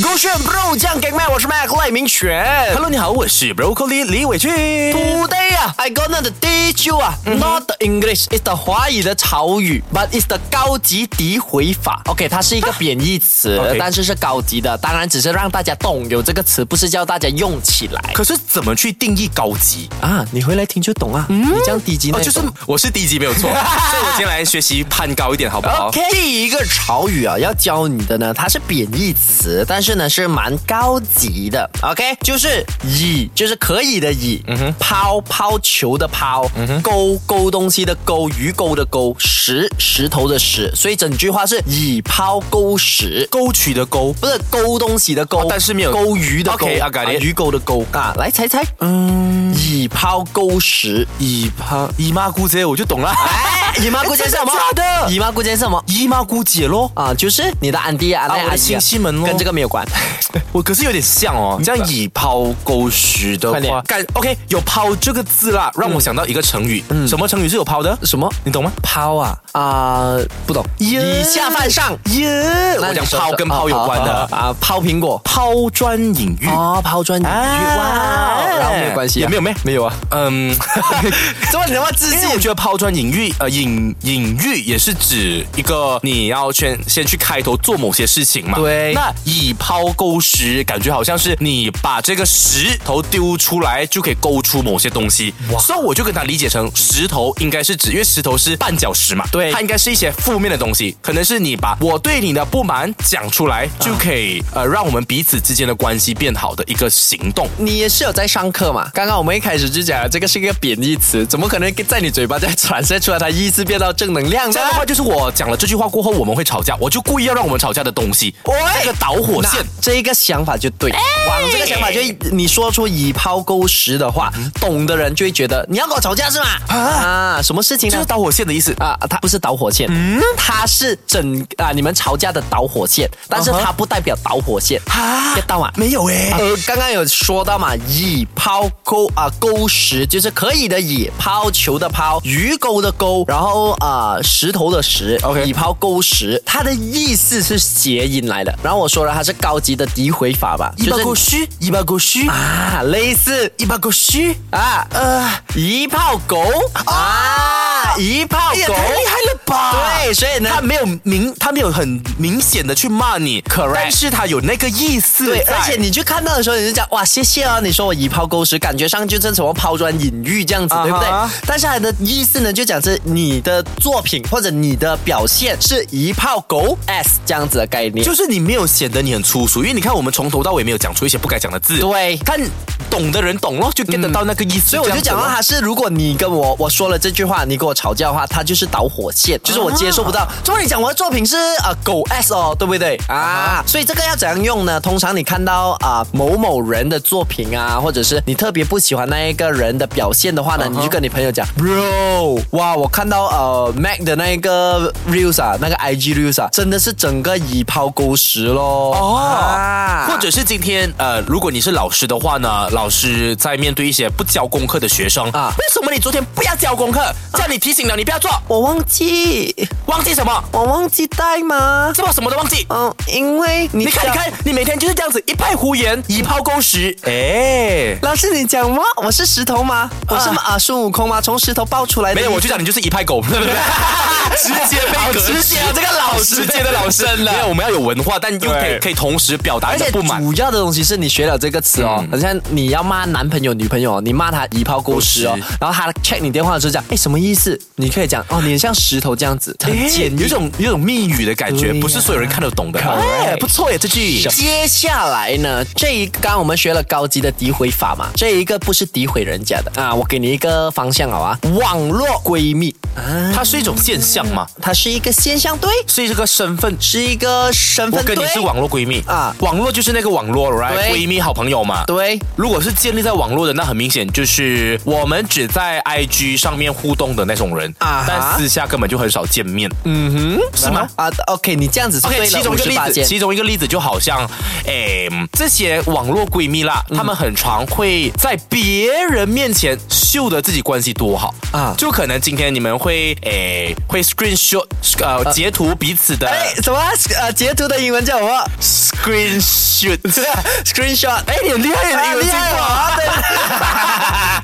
勾选 Bro 酱给麦，我是 Mac 赖明全。 Hello，你好，我是 Broccoli 李伟俊。 Today 啊，I gonna teach you 啊、n o t the English, it's the 华语的潮语，but it's the 高级诋毁法。OK，它是啊一个贬义词 OK 但是是高级的，当然只是让大家懂有这个词，不是叫大家用起来可是怎么去定义高级？啊。你回来听就懂啊，你这样低级那哦，就是我是低级没有 错，所以我今天来学习攀高一点，好不好 OK，第一个潮语啊，要教你的呢，它是贬义词，但是呢是蛮高级的。OK，就是以，就是可以的以，抛抛球的抛，勾勾东西的勾，鱼钩的钩，石石头的石，所以整句话是以抛钩石。沟渠的沟，不是勾啊东西的勾，哦但是没有勾鱼的勾 OK，I got it 啊鱼钩的钩啊，来猜猜，嗯，以抛钩石，姨妈姨妈姑姐，我就懂了。哎，姨妈姑姐是 什么？真的假的姨妈姑姐是什么？姨妈姑姐咯，啊，就是你的安迪啊，那我的安迪亲啊戚们咯跟这个没有关。我可是有点像哦。这样以抛沟渠的快点话，干 OK 有抛这个字啦，让我想到一个成语，什么成语是有抛的？ 什么你懂吗？嗯抛啊啊、不懂，以下犯上。耶，那我你讲说抛说跟抛有关啊的，啊啊抛苹果。抛砖引玉。哎哦，抛砖引玉哇，然后没有关系、啊，也没有咩，没有啊，嗯，怎么你他妈自因为我信？觉得抛砖引玉，呃，引引玉也是指一个你要先先去开头做某些事情嘛。对那以抛钩石，感觉好像是你把这个石头丢出来就可以勾出某些东西。所以我就跟他理解成石头应该是指，因为石头是绊脚石嘛。对它应该是一些负面的东西，可能是你把我对你的不满讲出来，就可以呃让我们彼此之间的关系变好的一个行动。你也是有在上课嘛？刚刚我们一开始就讲了，这个是一个贬义词，怎么可能在你嘴巴再传射出来，它意思变到正能量呢这？样的话，就是我讲了这句话过后，我们会吵架，我就故意要让我们吵架的东西，喂这个导火线。那这一个想法就对，往这个想法就你说出以抛钩石的话，懂的人就会觉得你要跟我吵架是吗？嗯啊，什么事情这呢是？导火线的意思。啊，它不是导火线，它是整啊你们吵架的导火线，但是它不代表导火线啊，get 到吗？没有诶、呃，刚刚有说到嘛，以抛钩啊钩石就是可以的以抛球的抛鱼钩的钩，然后啊、石头的石 OK 以抛钩石，它的意思是谐音来的。然后我说了，它是高级的诋毁法吧，一把是过虚，一把过虚，啊，类似一把过虚。啊呃一炮狗啊一炮哎呀，狗，太厉害了吧！对，所以呢啊他。没有明，他没有很明显的去骂你 Correct 但是他有那个意思对，在而且你去看到的时候，你就讲哇，谢谢啊！你说我以抛钩石，感觉上就是什么抛砖引玉这样子啊哈对不对？但是它的意思呢，就讲是你的作品或者你的表现是一炮狗 s 这样子的概念。就是你没有显得你很粗俗，因为你看我们从头到尾没有讲出一些不该讲的字。对看懂的人懂咯，就 get 得到那个意思。所以我就讲啊到了，他是，如果你跟我我说了这句话，你跟我吵架的话，他就是导火啊线，就是我接受不到。怎么你讲我的作品是呃狗 S 哦，对不对啊？所以这个要怎样用呢？通常你看到啊、某某人的作品啊，或者是你特别不喜欢那一个人的表现的话啊呢，你就跟你朋友讲，bro，哇，我看到呃 Mac 的那一个 reels 啊，那个 IG reels 啊，真的是整个以抛狗食咯。哦啊或者是今天呃，如果你是老师的话呢，老师在面对一些不交功课的学生啊啊，为什么你昨天不要交功课？叫你提醒了，你不要做，我忘记，忘记什么？我忘记带吗？是不是什么都忘记？嗯，因为你你看，你讲，看，你每天就是这样子一派胡言，以抛攻石。哎，老师你讲吗？我是石头吗？我是啊孙悟空吗？从石头爆出来的？没有，我就讲你就是一派狗，对不对？ 直接被革职直接啊这个老师直接的老师了。没有，我们要有文化，但又可以对可以同时表达而你的且不满。主要的东西是你学了这个词哦，嗯好像你要骂男朋友、女朋友，你骂他一泡狗屎哦狗屎，然后他 check 你电话的时候讲，哎，什么意思？你可以讲哦，你很像石头这样 子，很哎简有易。种有种密语的感觉，对呀不是所有人看得懂的。 Correct 哎，不错耶，这句。接下来呢，这一刚刚我们学了高级的诋毁法嘛，这一个不是诋毁人家的啊，我给你一个方向好啊，网络闺蜜啊，它是一种现象嘛，它是一个现象对，是一个身份。是一个身我份对。跟你是网络闺蜜啊啊，网络就是那个网络，right？对闺蜜好朋友嘛。对，如果是建立在网络的，那很明显就是我们只在 IG 上面互动的那种人，啊哈但私下根本就很少见面。嗯哼，是吗？啊，OK，你这样子是对 OK，了，其中一个例58子，件其中一个例子就好像，嗯诶，这些网络闺蜜啦，她们很常会在别人面前秀的自己关系多好啊啊！就可能今天你们会诶会 screenshot 呃截图彼此的哎，什么呃截图的英文叫什么 screenshot， ？Screenshot。哎，你很厉害，啊你有厉进害步我啊！ 啊！对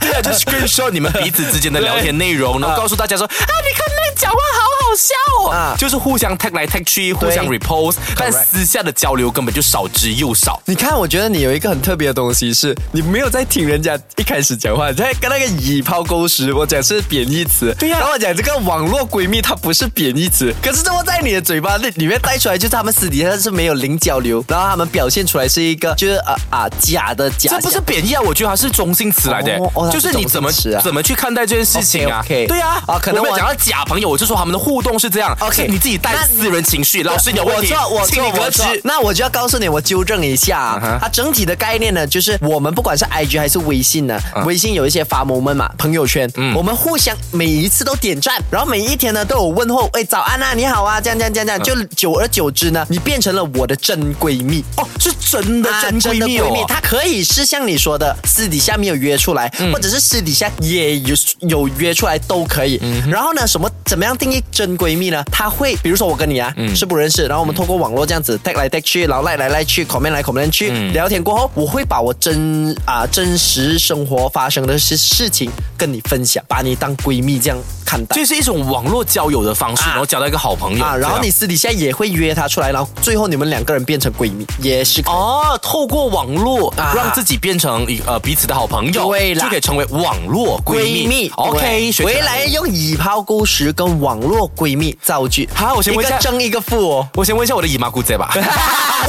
对啊，就 screenshot 你们彼此之间的聊天内 容，然后告诉大家说，啊，你看那个讲话好好笑哦，啊就是互相 tag 来 tag 去，互相 repost，但 Correct 私下的交流根本就少之又少。你看，我觉得你有一个很特别的东西是，你没有在听人家一开始讲话，你在跟那个以抛钩时，我讲是贬义词，对呀、然后我讲这个网络闺蜜，它不是贬义词，可是这么在你的嘴巴里里面带出来，就是他们私底下是没有零交流，然后他们表现出来是一个就是啊啊假的假，这不是贬义啊，我觉得它是中性词来的、哦哦它是就是你怎么、中性词啊怎么去看待这件事情啊 OK，OK 对啊，啊可能我没有我讲到假朋友，我就说他们的互动是这样 OK，是你自己带私人情绪，老师你有问我题，错，我请错，你革我职错。。那我就要告诉你，我纠正一下、啊嗯哼它整体的概念呢，就是我们不管是 IG 还是微信呢，啊微信有一些发 moment 嘛，朋友圈，嗯我们互相每一次都点赞，然后每一天呢都有问候，哎，早安啊，你好啊，这样这样这样这样，就久而久之呢，你变成了我的真闺蜜。哦，是真的啊真真闺的蜜闺蜜哦，，她可以是像你说的，私底下没有约出来，嗯或者是私底下也有有约出来都可以。嗯然后呢，什么怎么样定义真闺蜜呢？她会，比如说我跟你啊、嗯是不认识，然后我们通过网络这样子 tag 来 tag 去，然后赖来赖嗯去，comment 来 comment 去，聊天过后，我会把我真啊、真实生活发生的事事情跟你分享，把你当闺蜜这样看待。就是一种网络交友的方式，啊然后交到一个好朋友啊，然后这样你私底下也会约她出来，然后最后你们两个人变成闺蜜，也是可以哦，透过网络啊让自己变成一呃彼此的好朋友，对啦就可以成为网络闺蜜。OK，学起回来用以抛孤石跟网络闺蜜造句。好我先一问一个下啊正一个负哦。我先问一下我的姨妈姑姐 吧。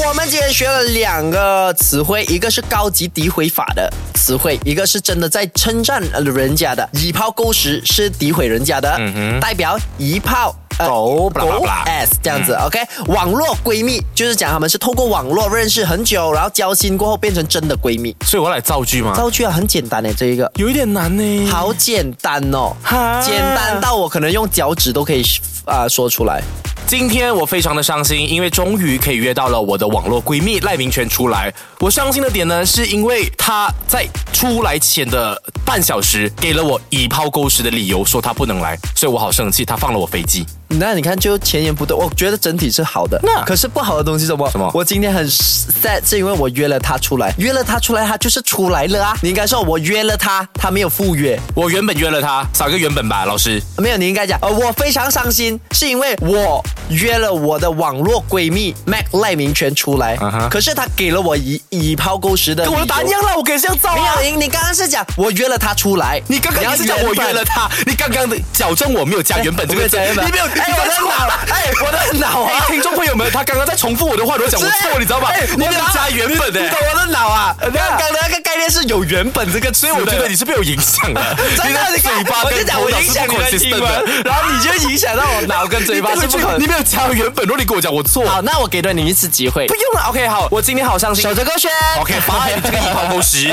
我们今天学了两个词汇，一个是高级诋毁法的词汇，一个是真的在称赞人家的。以抛钩石是诋毁人家的，代表以炮。呃嗯狗狗 blah blah blah s 这样子、o k 网络闺蜜就是讲她们是透过网络认识很久，然后交心过后变成真的闺蜜。所以我要来造句吗？造句啊，很简单的这一个。有一点难呢。好简单哦嗯哈，简单到我可能用脚趾都可以啊、说出来。今天我非常的伤心，因为终于可以约到了我的网络闺蜜赖明全出来。我伤心的点呢，是因为她在出来前的半小时给了我以抛钩石的理由，说她不能来，所以我好生气，她放了我飞机。那你看，就前言不对，我觉得整体是好的。那可是不好的东西是什么？什么我今天很 sad，是因为我约了他出来，约了他出来，他就是出来了啊。你应该说，我约了他，他没有赴约。我原本约了她，少一个原本吧，老师。没有，你应该讲，呃，我非常伤心，是因为我约了我的网络闺蜜 Mac 赖明全出来啊哈可是他给了我以以抛钩石的理由，跟我的答案一样啦，我给这样造没啊有，。你你刚刚是讲我约了他出来，你刚刚要也是讲我约原了本她，你刚刚的矫正我没有加原本这我个没有字，加原本你没有，哎你我的在啊脑哎我的脑啊哎听众朋友们，他刚刚在重复我的话，我讲我错，你知道吧？哎你没有加原本的你。懂我的脑啊？刚对啊刚的那个概念是有原本这个词所的，以我觉得你是被我影响 了，真的，你你的看嘴巴我就跟讲头我脑影是响不你的英 consistent 文，的。然后你就影响到我脑跟嘴巴是不可你没有加原本，如果你跟我讲我错，好，那我给了你一次机会不，用了。OK，好，我今天好伤心 守。着歌轩 OK，拜，你这个一炮狗屎。